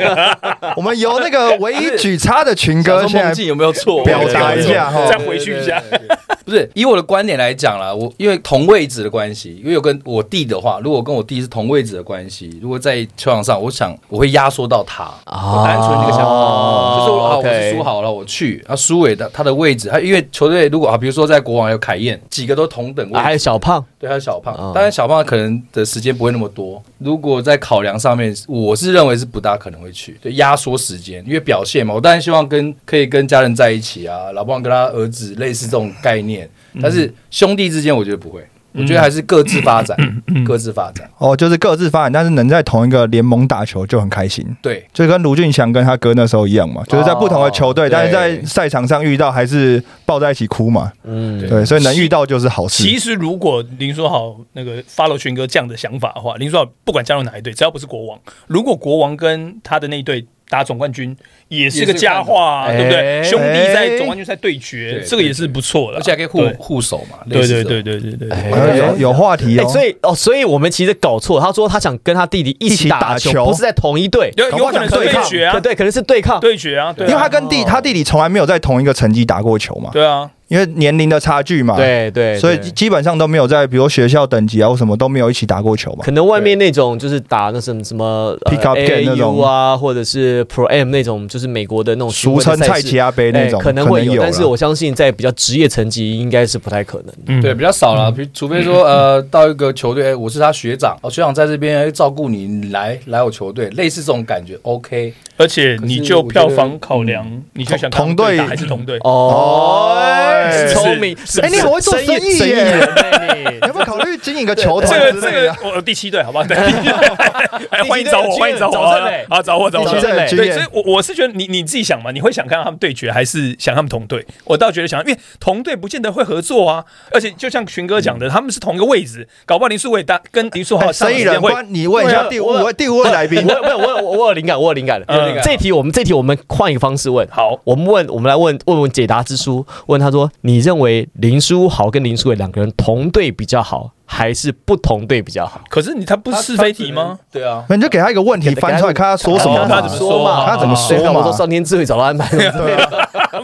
S4: 我们由那个唯一举差的群哥
S3: 想说
S4: 现
S3: 梦
S4: 在
S3: 境有没有错？
S4: 表达一下哈
S2: 再回去一下。
S3: 对。对对对 不是以我的观点来讲啦，我因为同位置的关系，因为有跟我弟的话，如果跟我弟是同位置的关系，如果在球场上，我想我会压缩到他。
S1: 啊
S3: 我单纯这个想法，
S1: 哦
S3: 就是啊我好，我
S1: OK
S3: 是苏好了，我去啊，苏伟的他的位置，他因为球队如果啊，比如说在国王有凯燕，几个都同等位
S1: 啊，
S3: 置，
S1: 还有小胖，
S3: 对，还有小
S1: 哦
S3: 胖。当然，小胖可能的时间不会那么多。如果在考量上面，我是认为是不大可能会去，对，压缩时间，因为表现嘛。我当然希望跟可以跟家人在一起啊，老棒跟他儿子类似这种概念。
S2: 嗯
S3: 但是兄弟之间，我觉得不会，我觉得还是各自发展，
S2: 嗯
S3: 各自发展。
S4: 哦，就是各自发展，但是能在同一个联盟打球就很开心。
S3: 对，
S4: 就跟卢俊祥跟他哥那时候一样
S1: 哦
S4: 嘛，就是在不同的球队，
S3: 哦
S4: 但是在
S3: 对
S4: 赛场上遇到还是抱在一起哭嘛。
S1: 嗯，
S4: 对，所以能遇到哦就是好事
S2: 其。实如果林书豪那个 follow 群哥这样的想法的话，林书豪不管加入哪一队，只要不是国王，如果国王跟他的那一队。打总冠军也是个佳话、
S1: 也是个看
S2: 对不
S1: 头
S2: 对？
S1: 哎
S2: 兄弟在总冠军赛对决，
S3: 对
S2: 这个也是不错的，
S3: 而且还可以互
S2: 对
S3: 互手嘛，类
S2: 对
S3: 似
S2: 对
S3: 这种
S2: 对对对对对。
S4: 好像有有话题
S1: 哎，
S4: 哦，
S1: 所以哦，所以我们其实搞错，他说他想跟他弟弟一
S4: 一起
S1: 起
S4: 打
S1: 打球，
S4: 球
S1: 不是在同一队，
S2: 有
S4: 搞不
S2: 有
S4: 好
S2: 可能是
S4: 想对
S2: 对
S4: 抗
S2: 决啊，
S1: 对对，可能是对抗，
S2: 对决啊，对
S4: 因为他
S2: 啊，
S4: 跟
S1: 哦
S4: 弟他弟弟从来没有在同一个成绩打过球嘛，
S2: 对啊，
S4: 因为年龄的差距嘛，，
S1: 对对，
S4: 所以
S1: 对
S4: 基本上都没有在比如学校等级啊或什么都没有一起打过球嘛
S1: 可。能外面那种就是打那什么什么
S4: Pick up game 那种
S1: AAU 啊，或者是 Pro M 那种，就是美国的那种
S4: 俗称
S1: 赛
S4: 蔡
S1: 事
S4: 奇亚杯那种，
S1: 哎可能会
S4: 有
S1: 有，
S4: 啦，
S1: 但是我相信在比较职业层级应该是不太可能。
S2: 嗯
S3: 对，比较少了，比如除非说呃，到一个球队，哎我是他学长，哦，学长在这边哎照顾你，你来来我球队，类似这种感觉，OK。
S2: 而且你就票房考量，你就想
S4: 同
S2: 跟他们打
S4: 队
S2: 还是同队？
S1: 哦，
S4: 哎
S1: 哎聪明，
S4: 哎你很会做生意
S1: 生
S4: 耶
S1: 人哎你
S4: 有没有考虑经营个球
S2: 这
S4: 团
S2: 个
S4: 之
S2: 这
S4: 类的
S2: 个，？我我第七队，好不好？对哎欢迎找我，欢迎找我
S1: 早上嘞
S2: 啊！找我，找我，
S1: 第
S2: 找
S1: 七
S2: 我
S1: 队。嘞
S4: 经
S2: 对，所以
S4: 验
S2: 我我是觉得你你自己想嘛，你会想看到他们对决，还是想他们同队？我倒觉得想，因为同队不见得会合作啊。而且就像群哥讲
S4: 嗯
S2: 的，他们是同一个位置，搞不好林书伟打跟林
S1: 哦
S2: 书豪
S4: 哎生
S2: 上的
S4: 意
S2: 时间
S4: 人，
S2: 会
S4: 关你问一下第五
S1: 对啊
S4: 位第五位来宾
S1: 我，我我我我有灵感，我有灵感了。
S2: 嗯
S1: 这题我们这题我们换一个方式问。
S2: 好。
S1: 我们问，我们来问问问解答之书，问他说：你认为林书豪跟林书伟两个人同队比较好，还是不同队比较好？
S2: 可是你他不是是非题吗？？
S3: 对啊，
S4: 那你就给他一个问题翻出来，看他说什么
S2: 看
S1: 他
S4: 嘛
S1: 怎么。
S2: 说
S1: 说
S2: 嘛
S1: 嘛？
S4: 他怎么说嘛
S1: 对我说上天智慧早都安排了。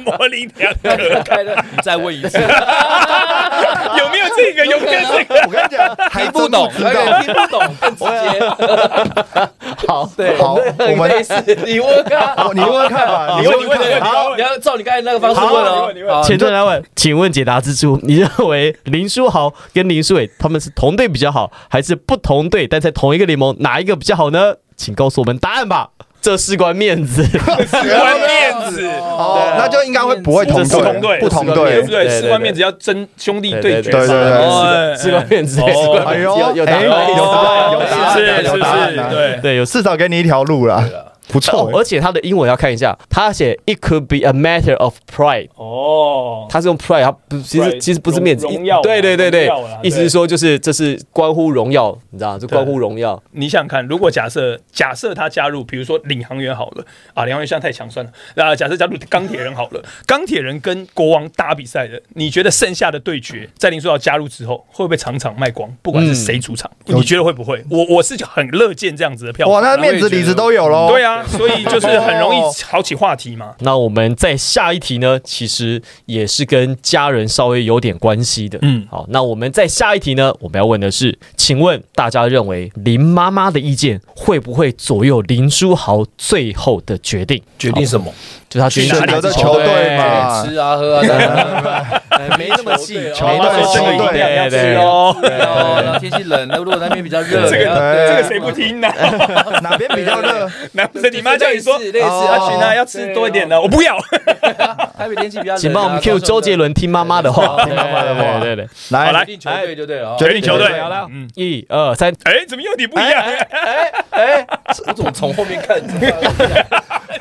S2: 魔灵两个
S3: 你再问一次，
S2: 有没有这个？有没有 这个？
S4: 我跟你讲，还
S3: 听
S4: 真
S3: 不懂，
S4: 知道。
S3: 听不懂，更直接。
S1: 好，
S3: 对，
S4: 好，我 们
S3: 类似，你问啊，
S4: 你问问看吧，
S2: 你问你问你问
S3: 好，你要照你刚才那个方式问
S2: 好
S3: 哦
S2: 你问你问。
S3: 好
S1: 前段来问，请问解答之初，你认为林书豪跟林书伟他们是同队比较好，还是不同队但在同一个联盟，哪一个比较好呢？请告诉我们答案吧，这事关面子。
S2: 关面子。
S4: 哦，那就应该会不会同
S1: 啊这是
S2: 同队
S4: 队，不同
S2: 对
S4: 队
S2: 不。对？
S1: 对对
S2: 四万面只要争兄弟对
S1: 对
S2: 决，
S4: 对对
S2: 哦
S1: 事关面子，
S2: 哎
S1: 事关
S4: 哎
S1: 面子
S4: 呦，
S1: 有有答
S4: 哎
S1: 案，
S4: 有答案，有答
S2: 哎
S4: 案，
S2: 是是
S4: 有答案
S2: 是，
S4: 啊，
S2: 对。
S1: 对有。
S4: 至少给你一条路啦，不
S1: 哦
S4: 错，
S1: 而且他的英文要看一下，他写 “It could be a matter of pride”，
S2: 哦，
S1: 他是用 pride，他不其
S2: Pride，
S1: 实其实不是面子，
S2: 荣荣耀啊
S1: 对对对对
S2: 荣耀啊，
S1: 意思
S2: 对
S1: 是说就是这是关乎荣耀，你知道吗，这关乎荣耀。
S2: 你想想看，如果假设假设他加入，比如说领航员好了啊，领航员现在太强算了。那假设加入钢铁人好了，钢铁人跟国王打比赛的，你觉得剩下的对决，在林书豪加入之后，会不会场场卖光？不管是谁主场，你觉得会不会？我我是很乐见这样子的票
S4: 哇，
S2: 房。
S4: 那面子里子都有喽。
S2: 对啊，所以就是很容易好起话题嘛。
S1: 那我们在下一题呢，其实也是跟家人稍微有点关系的。
S2: 嗯
S1: 嗯，好，那我们在下一题呢，我们要问的是，请问大家认为林妈妈的意见会不会左右林书豪最后的决定？
S3: 决定什么？
S1: 就是他决定
S4: 选择的球队嘛
S1: 对
S4: 啊
S3: 吃啊喝啊当然，
S1: 没那么细，没
S3: 球
S1: 那么细，
S4: 球
S1: 对
S4: 队
S1: 对
S3: 哦，然后天气冷，那如果那边比较热，
S2: 这个
S4: 对
S2: 这个谁不听呢？
S1: 啊
S4: 哪边比 较热？
S2: 难不成你妈叫你说
S3: 类似
S2: 阿群啊，要吃多一点的，我不要。
S3: 台北天气比较冷，
S1: 请帮我们 Q 周杰伦听妈妈的话，
S3: 听妈
S4: 妈的话
S1: 对对对，
S4: 来
S2: 好来
S3: 决定球队就对了，哦
S2: 决定球队
S1: 好了
S2: 嗯，
S1: 一二三，
S2: 哎，怎么又你不一样？
S3: 哎，我怎么从后面看？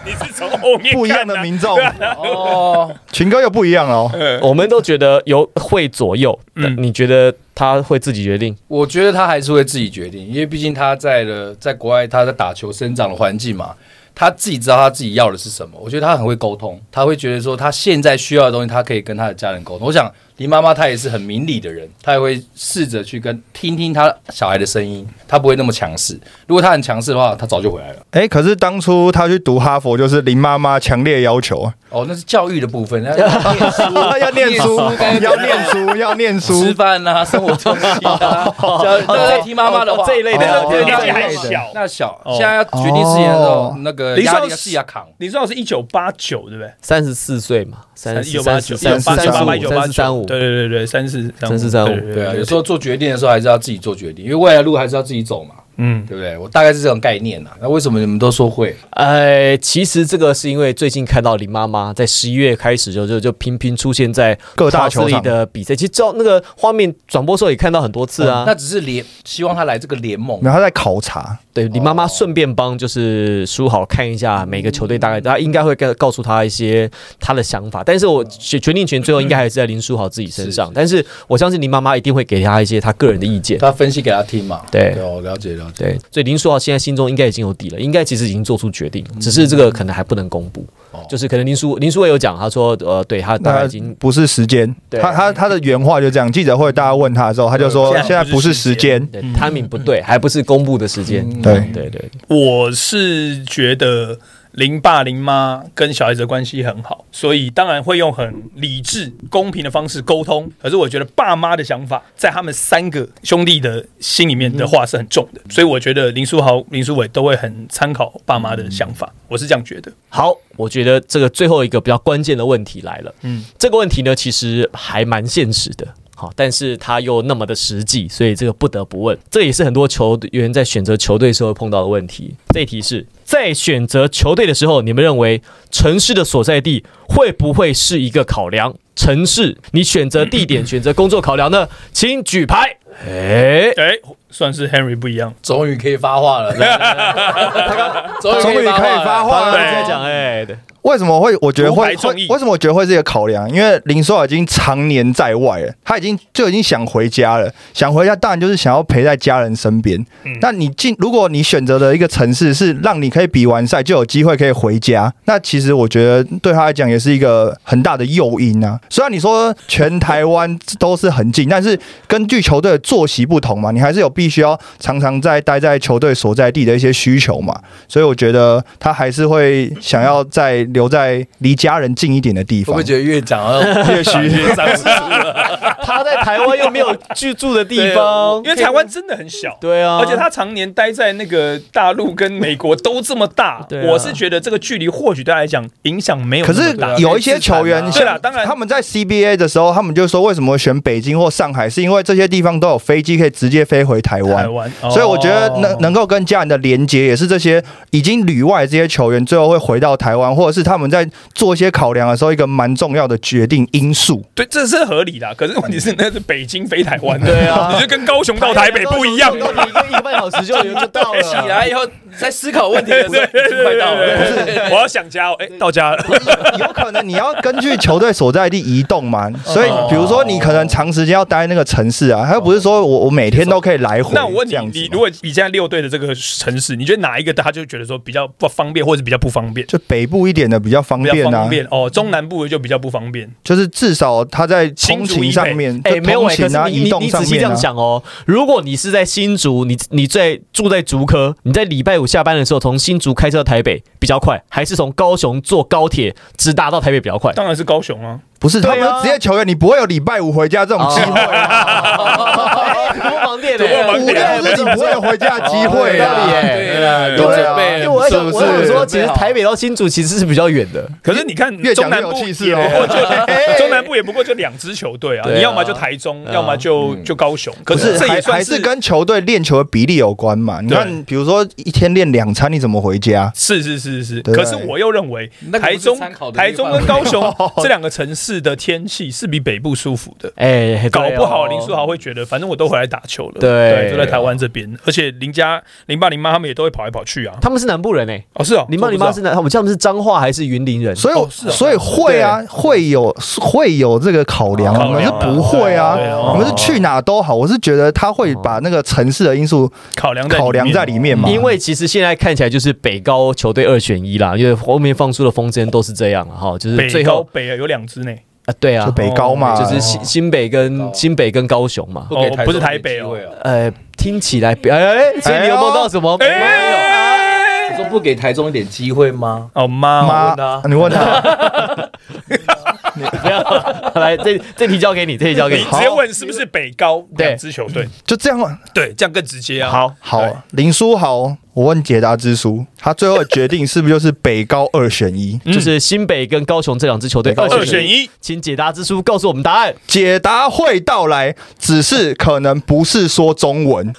S2: 你是从后面
S4: 不一样
S2: 看
S4: 的
S2: 啊
S4: 民众，
S3: 哦，
S4: 群哥又不一样哦。
S1: 我们都觉得有会左右，
S2: 嗯
S1: 你觉得他会自己决定？
S3: 我觉得他还是会自己决定，因为毕竟他在了在国外，他在打球生长的环境嘛，他自己知道他自己要的是什么。我觉得他很会沟通，他会觉得说他现在需要的东西，他可以跟他的家人沟通。我想林妈妈她也是很明理的人，她也会试着去跟听听他小孩的声音，她不会那么强势。如果他很强势的话，他早就回来了。
S4: 哎，可是当初他去读哈佛，就是林妈妈强烈要求，哎
S3: 哦，那是教育的部分，那要念书，
S4: 要念书，
S3: 该
S4: 要念书，要念
S3: 吃
S4: 书。
S3: 饭啊， 生活作息啊，要要要听妈妈的话，
S1: 这一类的
S2: 对那
S3: 哦
S2: 个年
S3: 这
S2: 纪
S3: 一类
S2: 还
S3: 的
S2: 小。
S3: 那小，
S2: 哦
S3: 现在要决定事情的时候
S4: 哦，
S3: 那个
S2: 林
S3: 压
S2: 少
S3: 力要啊自己要扛。
S2: 林书豪是一九八九，对不对？
S1: 三十四岁嘛，三
S2: 一九
S1: 四、
S2: 八
S1: 三十、
S2: 九、一九
S1: 三
S2: 八
S1: 三十
S2: 九、八八
S1: 五、
S2: 九、
S1: 三
S2: 八
S1: 十三
S2: 九，
S1: 五，
S2: 对对对对，三四
S1: 三四三五
S3: 对啊，有时候做决定的时候还是要自己做决定，因为未来路还是要自己走嘛，
S2: 嗯，
S3: 对不对？我大概是这种概念啊呐。那为什么你们都说会？
S1: 呃，其实这个是因为最近看到林妈妈在十一月开始就就就频频出现在
S4: 各大球
S1: 超
S4: 场
S1: 市里的比赛，其实照那个画面转播的时候也看到很多次啊。
S3: 哦那只是联希望他来这个联盟
S4: 没，有，他在考察，
S1: 对，林妈妈
S3: 哦
S1: 顺便帮就是书豪看一下每个球队大概，他应该会告告诉他一些他的想法。但是我决决定权最后应该还是在林书豪自己身上，
S3: 是是嗯
S1: 但是我相信林妈妈一定会给他一些他个人的意见。
S3: 他分析给他听嘛。
S1: 对
S3: 我了解了解。
S1: 对，所以林书豪现在心中应该已经有底了，应该其实已经做出决定，只是这个可能还不能公布。
S3: 嗯哦
S1: 就是可能林书林书伟有讲，他说呃，对他大概
S4: 那
S1: 已经
S4: 不是时间。
S1: 对
S4: 他他他的原话就这样，记者会大家问他的时候，他就说
S2: 现在
S4: 现在不是时间。
S1: 对 timing 不对，还不是公布的时间。
S4: 对
S1: 对对，
S2: 我是觉得林爸林妈跟小孩子的关系很好，所以当然会用很理智、公平的方式沟通。可是我觉得爸妈的想法在他们三个兄弟的心里面的话是很重的，
S1: 嗯
S2: 所以我觉得林书豪、林书伟都会很参考爸妈的想法，我是这样觉得。
S1: 好，我觉得这个最后一个比较关键的问题来了。嗯，这个问题呢，其实还蛮现实的。好，但是他又那么的实际，所以这个不得不问。这也是很多球员在选择球队时候碰到的问题。这一题是在选择球队的时候，你们认为城市的所在地会不会是一个考量？城市，你选择地点、选择工作考量呢？请举牌。哎，
S2: 哎，算是 Henry 不一样，
S3: 终于可以发话 了，他刚终
S4: 终于可以发话
S1: 我
S4: 了
S2: 对
S1: 在讲哎，对，
S4: 为什么会？我觉得
S2: 独
S4: 会
S2: 排众
S4: 会
S2: 议
S4: 为什么我觉得会是一个考量？因为林书豪已经常年在外了，他已经就已经想回家了，想回家当然就是想要陪在家人身边。那你进，如果你选择的一个城市是让你可以比完赛就有机会可以回家，那其实我觉得对他来讲也是一个很大的诱因啊。虽然你说全台湾都是很近，但是根据球队的作息不同嘛，你还是有必须要常常在待在球队所在地的一些需求嘛。所以我觉得他还是会想要再留在离家人近一点的
S3: 会
S4: 地
S3: 不
S4: 方
S3: 会。觉得越讲 啊？
S4: 也 许
S1: 他在台湾又没有居住的地方，
S2: 啊因为台湾真的很小。
S1: 对啊，
S2: 而且他常年待在那个大陆跟美国都这么大，
S1: 对啊
S2: 我是觉得这个距离或许对他来讲影响没有
S4: 可
S2: 那么
S4: 是
S2: 大。
S4: 有一些球员，
S2: 对啦当然
S4: 他们在 CBA 的时候，他们就说为什么选北京或上海，是因为这些地方都有飞机可以直接飞回台湾
S2: 台。湾，
S4: 所以我觉得
S2: 哦
S4: 能能够跟家人的连接，也是这些已经旅外的这些球员最后会回到台湾，或者是他们在做一些考量的时候，一个蛮重要的决定因素。
S2: 对，这是合理的。可是问题是，那是北京飞台湾的，
S1: 对啊
S2: 你就跟高雄到台北不一样。
S1: 高雄到台北一个半小时就就到
S3: 起
S1: 了。
S3: 来以后在思考问题的时候，已经快到了。
S2: 我要想家哦，哎，到家了，
S4: 有可能你要根据球队所在地移动 嘛，所以比如说你可能长时间要待那个城市啊，他又不是说我我每天都可以来回。
S2: 哦那我问你
S4: 这样，子
S2: 你
S4: 嘛
S2: 如果以现在六队的这个城市，你觉得哪一个他就觉得说比较不方便，或者比较不方便？
S4: 就北部一点的比较方
S2: 比较
S4: 便啊
S2: 方，便哦，中南部的就比较不方便。
S4: 就是至少他在通勤上面，
S1: 哎、
S4: 就
S1: 没有
S4: 通
S1: 哎、可
S4: 勤啊、
S1: 是你
S4: 移
S1: 你
S4: 动
S1: 你
S4: 上
S1: 仔细这
S4: 面
S1: 样
S4: 啊。
S1: 想哦，如果你是在新竹，你你在住在竹科，你在礼拜五下班的时候从新竹开车到台北比较快，还是从高雄坐高铁直达到台北比较快？
S2: 当然是高雄啊，
S4: 不是，他
S1: 对啊哦
S4: 们是职业球员，你不会有礼拜五回家这种机会 啊。
S1: 突破盲点嘞，啊
S4: 五六
S2: 突破盲点
S4: 日你不会有回家的机
S1: 哦对
S4: 会
S1: 有道
S4: 啊
S1: 理。耶
S3: 对啊，
S2: 对
S3: 有准备
S1: 因
S3: 了，
S1: 为我在想，
S3: 是不
S1: 我
S3: 是
S1: 想说，其实
S3: 准备好
S1: 台北到新竹其实是比较远的，
S2: 可是你看
S4: 越
S2: 中
S4: 讲越
S2: 南
S4: 有
S2: 部
S4: 气势
S2: 也
S4: 哦
S2: 不 过就 中南部也不过就两支球队啊，
S3: 对啊
S2: 你要么就台中，
S1: 对啊
S2: 要么就就高雄。可
S4: 不是，
S2: 这也
S4: 还还
S2: 算
S4: 是跟球队练球的比例有关嘛？你看，比如说一天练两餐，你怎么回家？
S2: 是是是是，
S4: 对
S2: 可是我又认为
S3: 那个不
S2: 台
S3: 是
S2: 中
S3: 参考的
S2: 台中跟
S3: 地方
S2: 高雄这两个城市的天气是比北部舒服的。
S1: 哎，
S2: 搞
S1: 对哦
S2: 不好林书豪会觉得，反正我都回来打球了，
S1: 对
S2: 都在台湾这边，而且林家林爸林妈他们也都会跑来跑去啊。
S1: 他们是南部人哎，
S2: 哦，是哦，
S1: 你妈
S2: 这
S1: 你
S2: 我不知道
S1: 妈是南，我记得他们是彰化还是云林人？
S4: 所以我，
S2: 哦是啊
S4: 所以会啊，会有会有这个考量，
S2: 考
S4: 我
S2: 量
S4: 们是不会啊
S2: 对啊对啊，
S4: 我们是去哪都好。我是觉得他会把那个城市的因素
S2: 考量在
S4: 考量在里面嘛，
S1: 因为其实现在看起来就是北高球队二选一啦，因为后面放出的风筝都是这样了哈，就是
S2: 北
S1: 最
S2: 高
S1: 后
S2: 北啊有两支呢，
S1: 啊，对啊
S4: 就，北高嘛，
S1: 就是新新北跟
S3: 哦
S1: 新北跟高雄嘛，
S3: 不给
S2: 哦
S3: 台
S2: 不是
S3: 中
S2: 台
S3: 一个
S2: 北
S3: 机
S2: 哦
S3: 会哦，
S1: 呃，听起来哎，所以你有梦到什么？
S2: 哎
S3: 我，说不给台中一点机会吗？
S2: 哦妈
S4: 妈
S3: 我问他，
S4: 你问他，
S1: 不要来，这这题交给你，这题交给
S2: 你
S1: 你。
S2: 直接问是不是北高
S1: 对
S2: 两支球队？
S4: 就这样嘛
S2: 对，这样更直接啊。
S1: 好，
S2: 对
S4: 好，林书豪，我问解答之书，他最后的决定是不是就是北高二选一？
S1: 就是新北跟高雄这两支球队
S4: 北高
S2: 二选，一，
S1: 请解答之书告诉我们答案。
S4: 解答会到来，只是可能不是说中文，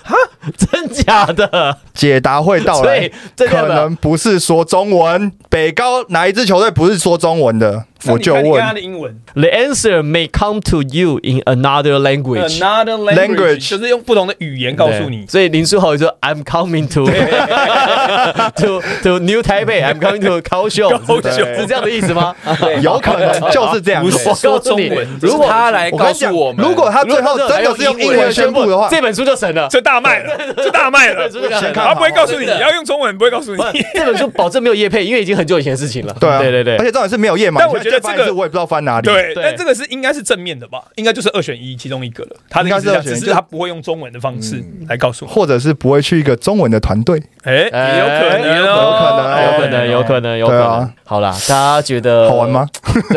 S1: 真假的？
S4: 解答会到
S1: 所
S4: 来
S1: 以，这
S4: 可
S1: 样的
S4: 能不是说中文。北高哪一支球队不是说中文的？我就
S2: 那你看你看他
S4: 问，
S2: 的英文
S1: ，The answer may come to you in another language。
S2: ，another
S4: Language
S2: language，就是用不同的语言告诉你
S1: 对。所以林书豪就说：“I'm coming to to to New Taipei, I'm coming to 高雄，
S2: 高雄
S1: 是这样的意思吗？
S4: 有可能就是这样
S2: 不
S4: 子。
S2: 是
S1: 我告诉你
S2: 说中文，
S1: 如果
S3: 如果他来
S4: 我跟
S3: 告
S4: 你讲，
S3: 诉我们，
S4: 如果他最后
S1: 如果
S4: 真的是用英文宣布的话，
S1: 这本书就神了。
S2: 这大卖了，这大卖了，
S1: 这
S4: 先看
S2: 他
S4: 好
S2: 不会告诉
S3: 真
S2: 你，
S3: 的
S2: 要用中文不会告诉你
S1: 不。这本书保证没有叶配，因为已经很久以前的事情了。
S4: 对啊，
S1: 对对
S4: 而
S1: 对，
S4: 且重点是没有页码。
S2: 但我觉
S4: 你
S2: 得
S4: 现在
S2: 这
S4: 翻
S2: 个
S4: 一次我也不知道翻哪里。
S2: 对，
S1: 对
S2: 但这个是应该是正面的吧？应该就是二选一其中一个了。他的意思
S4: 应
S2: 是
S4: 该是二
S2: 这
S4: 选
S2: 样，
S4: 一
S2: 只
S4: 就是
S2: 他不会用中文的方式来告诉我。
S4: 或者是不会去一个中文的团队。
S2: 哎，也有可能
S1: 有
S2: 哦，
S4: 可能
S1: 有可能，有可能，有可
S4: 哎对
S1: 能
S4: 啊。
S1: 好啦，大家觉得
S2: 呃
S4: 好玩吗？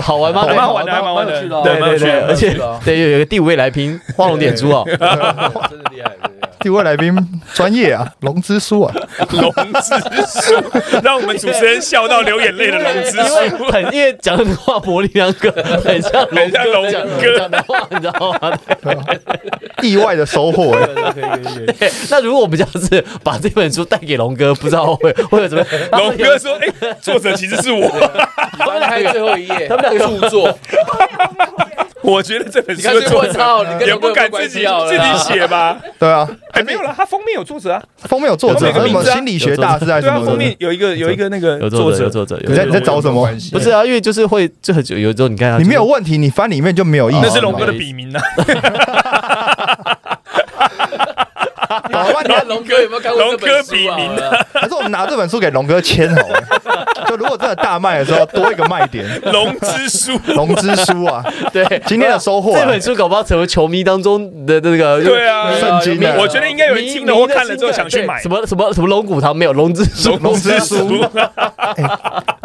S1: 好玩吗？
S2: 还蛮好玩的，还蛮好玩
S3: 蛮有趣的
S2: 的，
S3: 啊
S1: 对
S2: 蛮
S1: 对
S2: 有趣
S1: 对，
S2: 的
S1: 而且对又有一个第五位来宾画龙点珠 哦。
S3: 对真的厉害，
S2: 哦
S3: 真的厉害
S4: 第一位来宾专业 啊，龙之书啊，
S2: 龙之书，让我们主持人笑到流眼泪的龙之
S1: 因为
S2: 书。
S1: 很因为讲的话伯利两个很 像
S2: 很像龙
S1: 讲
S2: 哥
S1: 讲的话，你知道吗？
S4: 意外的收 获、欸。
S3: 对可以可以可以。
S1: 对那如果我们下次把这本书带给龙哥，不知道会会有什么？
S2: 龙哥说：“哎，作者其实是 我。
S3: 翻开最后一页，
S1: 他们两个
S3: 著作，
S2: 我觉得这本
S3: 你
S2: 书
S3: 看
S2: 的
S3: 这
S2: 作
S3: 我
S2: 者
S3: 操，你跟
S2: 也不敢
S3: 这个
S2: 自
S3: 有关
S2: 己
S3: 系好了
S2: 自
S3: 啦
S2: 己写吧？
S4: 对啊，
S2: 哎，没有了，他封面有作者啊，
S4: 封面有作者，
S2: 封
S4: 还有什
S2: 面有
S4: 么
S2: 名字啊
S4: 心理学大师还是什
S2: 对啊，
S4: 么
S2: 封面
S4: 的？
S2: 有一个有一个那个
S1: 有作者，
S2: 者
S1: 有，作者，有
S4: 你
S1: 作
S4: 在
S1: 者
S4: 你在找什么？
S1: 不是啊，因为就是会就很久，有时候你看他就是
S4: 你没有问题，你翻里面就没有意思。
S2: 那是龙哥的笔名啊。
S4: 搞半天
S3: 看龙哥有没有看过这本书啊？
S2: 龙哥笔名
S4: 还是我们拿这本书给龙哥签好了。就如果真的大卖的时候，多一个卖点，
S2: 龙之书，
S4: 龙之书 啊，
S1: 对
S4: 今天的收获啊
S1: 这本书搞不好成为球迷当中的那个
S2: 对啊
S3: 对
S4: 圣经啊
S2: 我觉得应该有人听了或看了之后想去
S1: 对
S2: 买
S1: 什。么什么什么龙骨汤没有龙之书。
S4: 龙之书，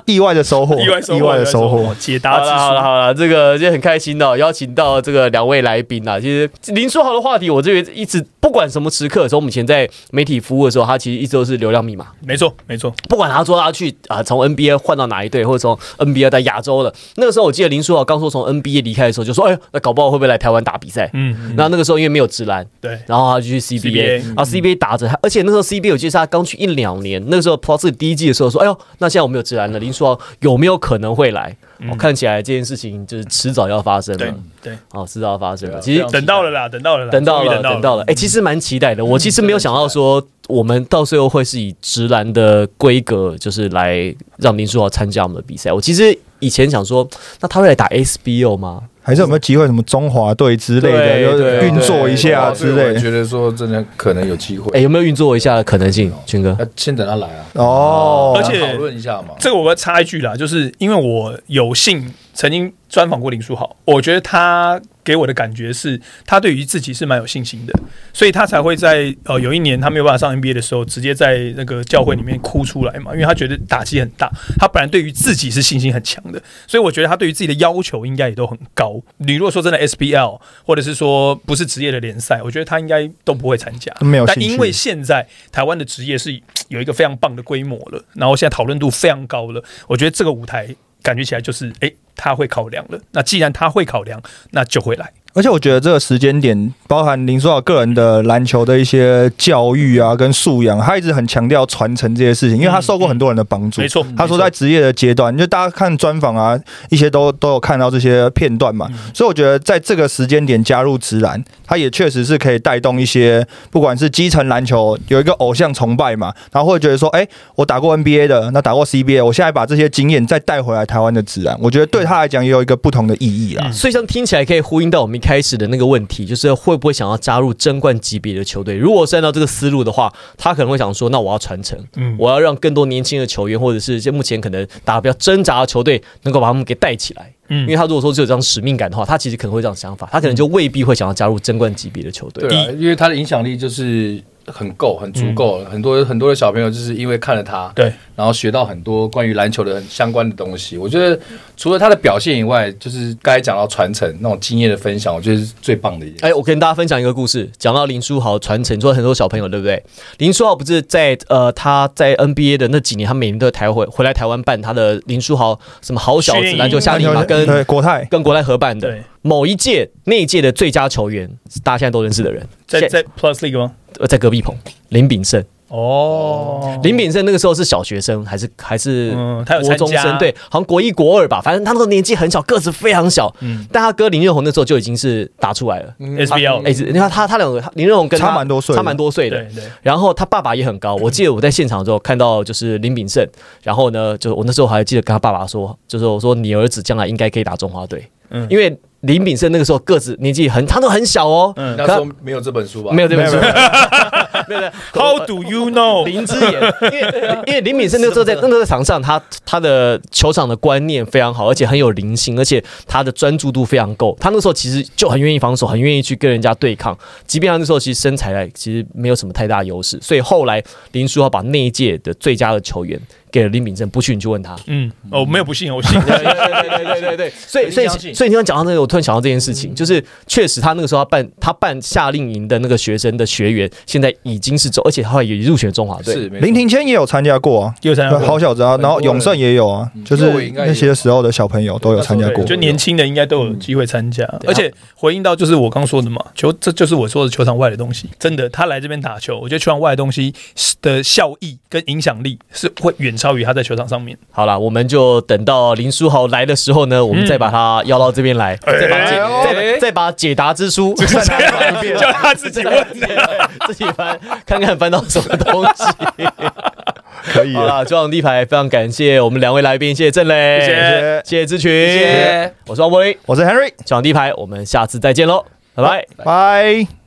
S4: 意外的收获，
S2: 意外收获，
S4: 的收获。，
S2: 解答
S1: 好
S2: 之
S1: 了好了
S2: 书。
S1: 好了，这个就很开心哦，邀请到这个两位来宾啊啦。其实林书豪的话题，我这边一直不管什么时刻，从我们以前在媒体服务的时候，他其实一直都是流量密码。
S2: 没错没错，
S1: 不管他说他去啊，从 NBA 换到哪一队，或者从 NBA 到亚洲的，那个时候我记得林书豪刚说从 NBA 离开的时候，就说：“哎呦，那搞不好会不会来台湾打比赛？”
S2: 嗯，
S1: 那那个时候因为没有直篮，
S2: 对，
S1: 然后他就去 CBA，
S2: CBA
S1: 然后 CBA 打着他，而且那时候 CBA 我记得是他刚去一两年，那个时候 Plus 第一季的时候说，哎呦，那现在我没有直男了，林书豪有没有可能会来？哦，看起来这件事情就是迟早要发生
S2: 嗯对
S1: 了，
S2: 对，
S1: 哦，迟早要发生了。
S3: 对啊
S1: 其实
S3: 这样
S2: 等到了啦，等到了啦，
S1: 等到
S2: 终
S1: 了，
S2: 于
S1: 等
S2: 等
S1: 到了，哎，其实蛮期待的。我其实没有想到说我们到最后会是以直男的规格，就是来让林书豪参加我们的比赛。我其实以前想说，那他会来打 SBO 吗？
S4: 还是有没有机会什么中华队之类
S1: 对
S4: 的，
S1: 对
S4: 就运作一下之类
S3: 我
S4: 的？
S3: 觉得说真的可能有机会
S1: 哎，。有没有运作一下的可能性，军哥？
S3: 那先等他来啊，
S4: 哦，
S2: 而且
S3: 讨论一下嘛。
S2: 这个我要插一句啦，就是因为我有幸曾经专访过林书豪，我觉得他给我的感觉是，他对于自己是蛮有信心的，所以他才会在呃有一年他没有办法上 NBA 的时候，直接在那个教会里面哭出来嘛，因为他觉得打击很大。他本来对于自己是信心很强的，所以我觉得他对于自己的要求应该也都很高。你如果说真的 SBL 或者是说不是职业的联赛，我觉得他应该都不会参加，
S4: 没有
S2: 但
S4: 兴趣
S2: 因为现在台湾的职业是有一个非常棒的规模了，然后现在讨论度非常高了，我觉得这个舞台感觉起来就是，诶，他会考量了。那既然他会考量，那就会来。
S4: 而且我觉得这个时间点，包含林书豪个人的篮球的一些教育啊，跟素养，他一直很强调传承这些事情，因为他受过很多人的帮助。
S2: 嗯没错，
S4: 他说在职业的阶段，就大家看专访啊，一些都都有看到这些片段嘛，所以我觉得在这个时间点加入直篮，他也确实是可以带动一些，不管是基层篮球有一个偶像崇拜嘛，然后会觉得说，哎、我打过 NBA 的，那打过 CBA，我现在把这些经验再带回来台湾的直篮，我觉得对他来讲也有一个不同的意义
S2: 嗯
S4: 啦。
S1: 所以像听起来可以呼应到我们一开始的那个问题，就是会不会想要加入争冠级别的球队？如果是按照这个思路的话，他可能会想说，那我要传承，
S2: 嗯
S1: 我要让更多年轻的球员，或者是现目前可能打得比较挣扎的球队，能够把他们给带起来。
S2: 嗯
S1: 因为他如果说只有这样使命感的话，他其实可能会有这样想法，他可能就未必会想要加入争冠级别的球队。
S3: 对啊，因为他的影响力就是很够、很足
S1: 嗯
S3: 够，很多很多的小朋友就是因为看了他，
S2: 对，
S3: 然后学到很多关于篮球的相关的东西。我觉得除了他的表现以外，就是刚才讲到传承那种经验的分享，我觉得是最棒的一件事。
S1: 哎，我跟大家分享一个故事，讲到林书豪传承，说很多小朋友对不对？林书豪不是在呃他在 NBA 的那几年，他每年都在台回回来台湾办他的林书豪什么好小
S2: 训
S1: 子
S2: 练营
S1: 篮球夏令营嘛，跟
S4: 对国泰
S1: 跟国泰合办的
S2: 对
S1: 某一届那一届的最佳球员，是大家现在都认识的人，
S2: 在
S1: 现
S2: 在 Plus League 吗？
S1: 呃在隔壁棚林炳胜，
S2: 哦，
S1: 林炳胜那个时候是小学生还是还是
S2: 嗯他有
S1: 国
S2: 参加
S1: 中生，对，好像国一国二吧，反正他那时候年纪很小，个子非常小，
S2: 嗯
S1: 但他哥林彦宏那时候就已经是打出来了。
S2: SBL
S1: 哎、你看他他两个，他林彦宏跟他
S4: 差蛮多岁的
S1: 差蛮多岁
S2: 对
S1: 的。
S2: 对，
S1: 然后他爸爸也很 高，我记得我在现场的时候看到就是林炳胜，然后呢，就我那时候还记得跟他爸爸说，就是我说你儿子将来应该可以打中华队，
S2: 嗯
S1: 因为林炳胜那个时候个子年纪很，他都很小哦，
S2: 嗯
S3: 那时候没有这本书吧？
S1: 没有这本书，
S4: 没
S1: 没有没有
S2: How do you know？
S1: 林之 言，因为 因为林敏胜那个时候在那个场上，他他的球场的观念非常好，而且很有灵性，而且他的专注度非常够。他那时候其实就很愿意防守，很愿意去跟人家对抗，即便他那时候其实身材来其实没有什么太大优势，所以后来林书豪把那一届的最佳的球员给了林敏胜，不去你就问他。
S2: 嗯，哦，没有不信，我 信。
S1: 对对对对对对，所以所以
S3: 相信
S1: 所以你刚刚讲到那个，我突然想到这件事情，就是确实他那个时候他办他办夏令营的那个学生的学员，现在已经是走，而且后来也入选中华队。
S3: 是没错
S4: 林庭谦也有参加过啊。
S2: 又参加
S4: 对，好
S2: 过，
S4: 小子啊，
S3: 很多人
S4: 然后永胜也有啊
S3: 嗯，
S4: 就
S3: 因为我
S4: 是
S3: 应该也有
S4: 那些时候的小朋友都有参加
S2: 对
S4: 过。
S2: 就年轻的应该都有机会参加。
S1: 对
S2: 而且回应到就是我刚说的嘛，球这就是我说的球场外的东西。真的，他来这边打球，我觉得球场外的东西的效益跟影响力是会远超于他在球场 上面。
S1: 好啦，我们就等到林书豪来的时候呢，我们再把他邀到这边来，再把解、
S3: 哎
S1: 再把再把解答之书 再拿翻一遍
S2: 叫他自己
S1: 再
S2: 问
S1: 拿。一遍自己翻，看看翻到什么东西。
S4: 可以
S1: 好
S4: 啊，
S1: 啦，中央地牌非常感谢我们两位来宾，谢谢郑磊，
S2: 谢谢
S4: 谢
S1: 谢谢志群，
S3: 谢谢
S1: 我是王柏林，
S4: 我是 Henry，
S1: 中央地牌，我们下次再见喽，拜拜。
S4: 拜。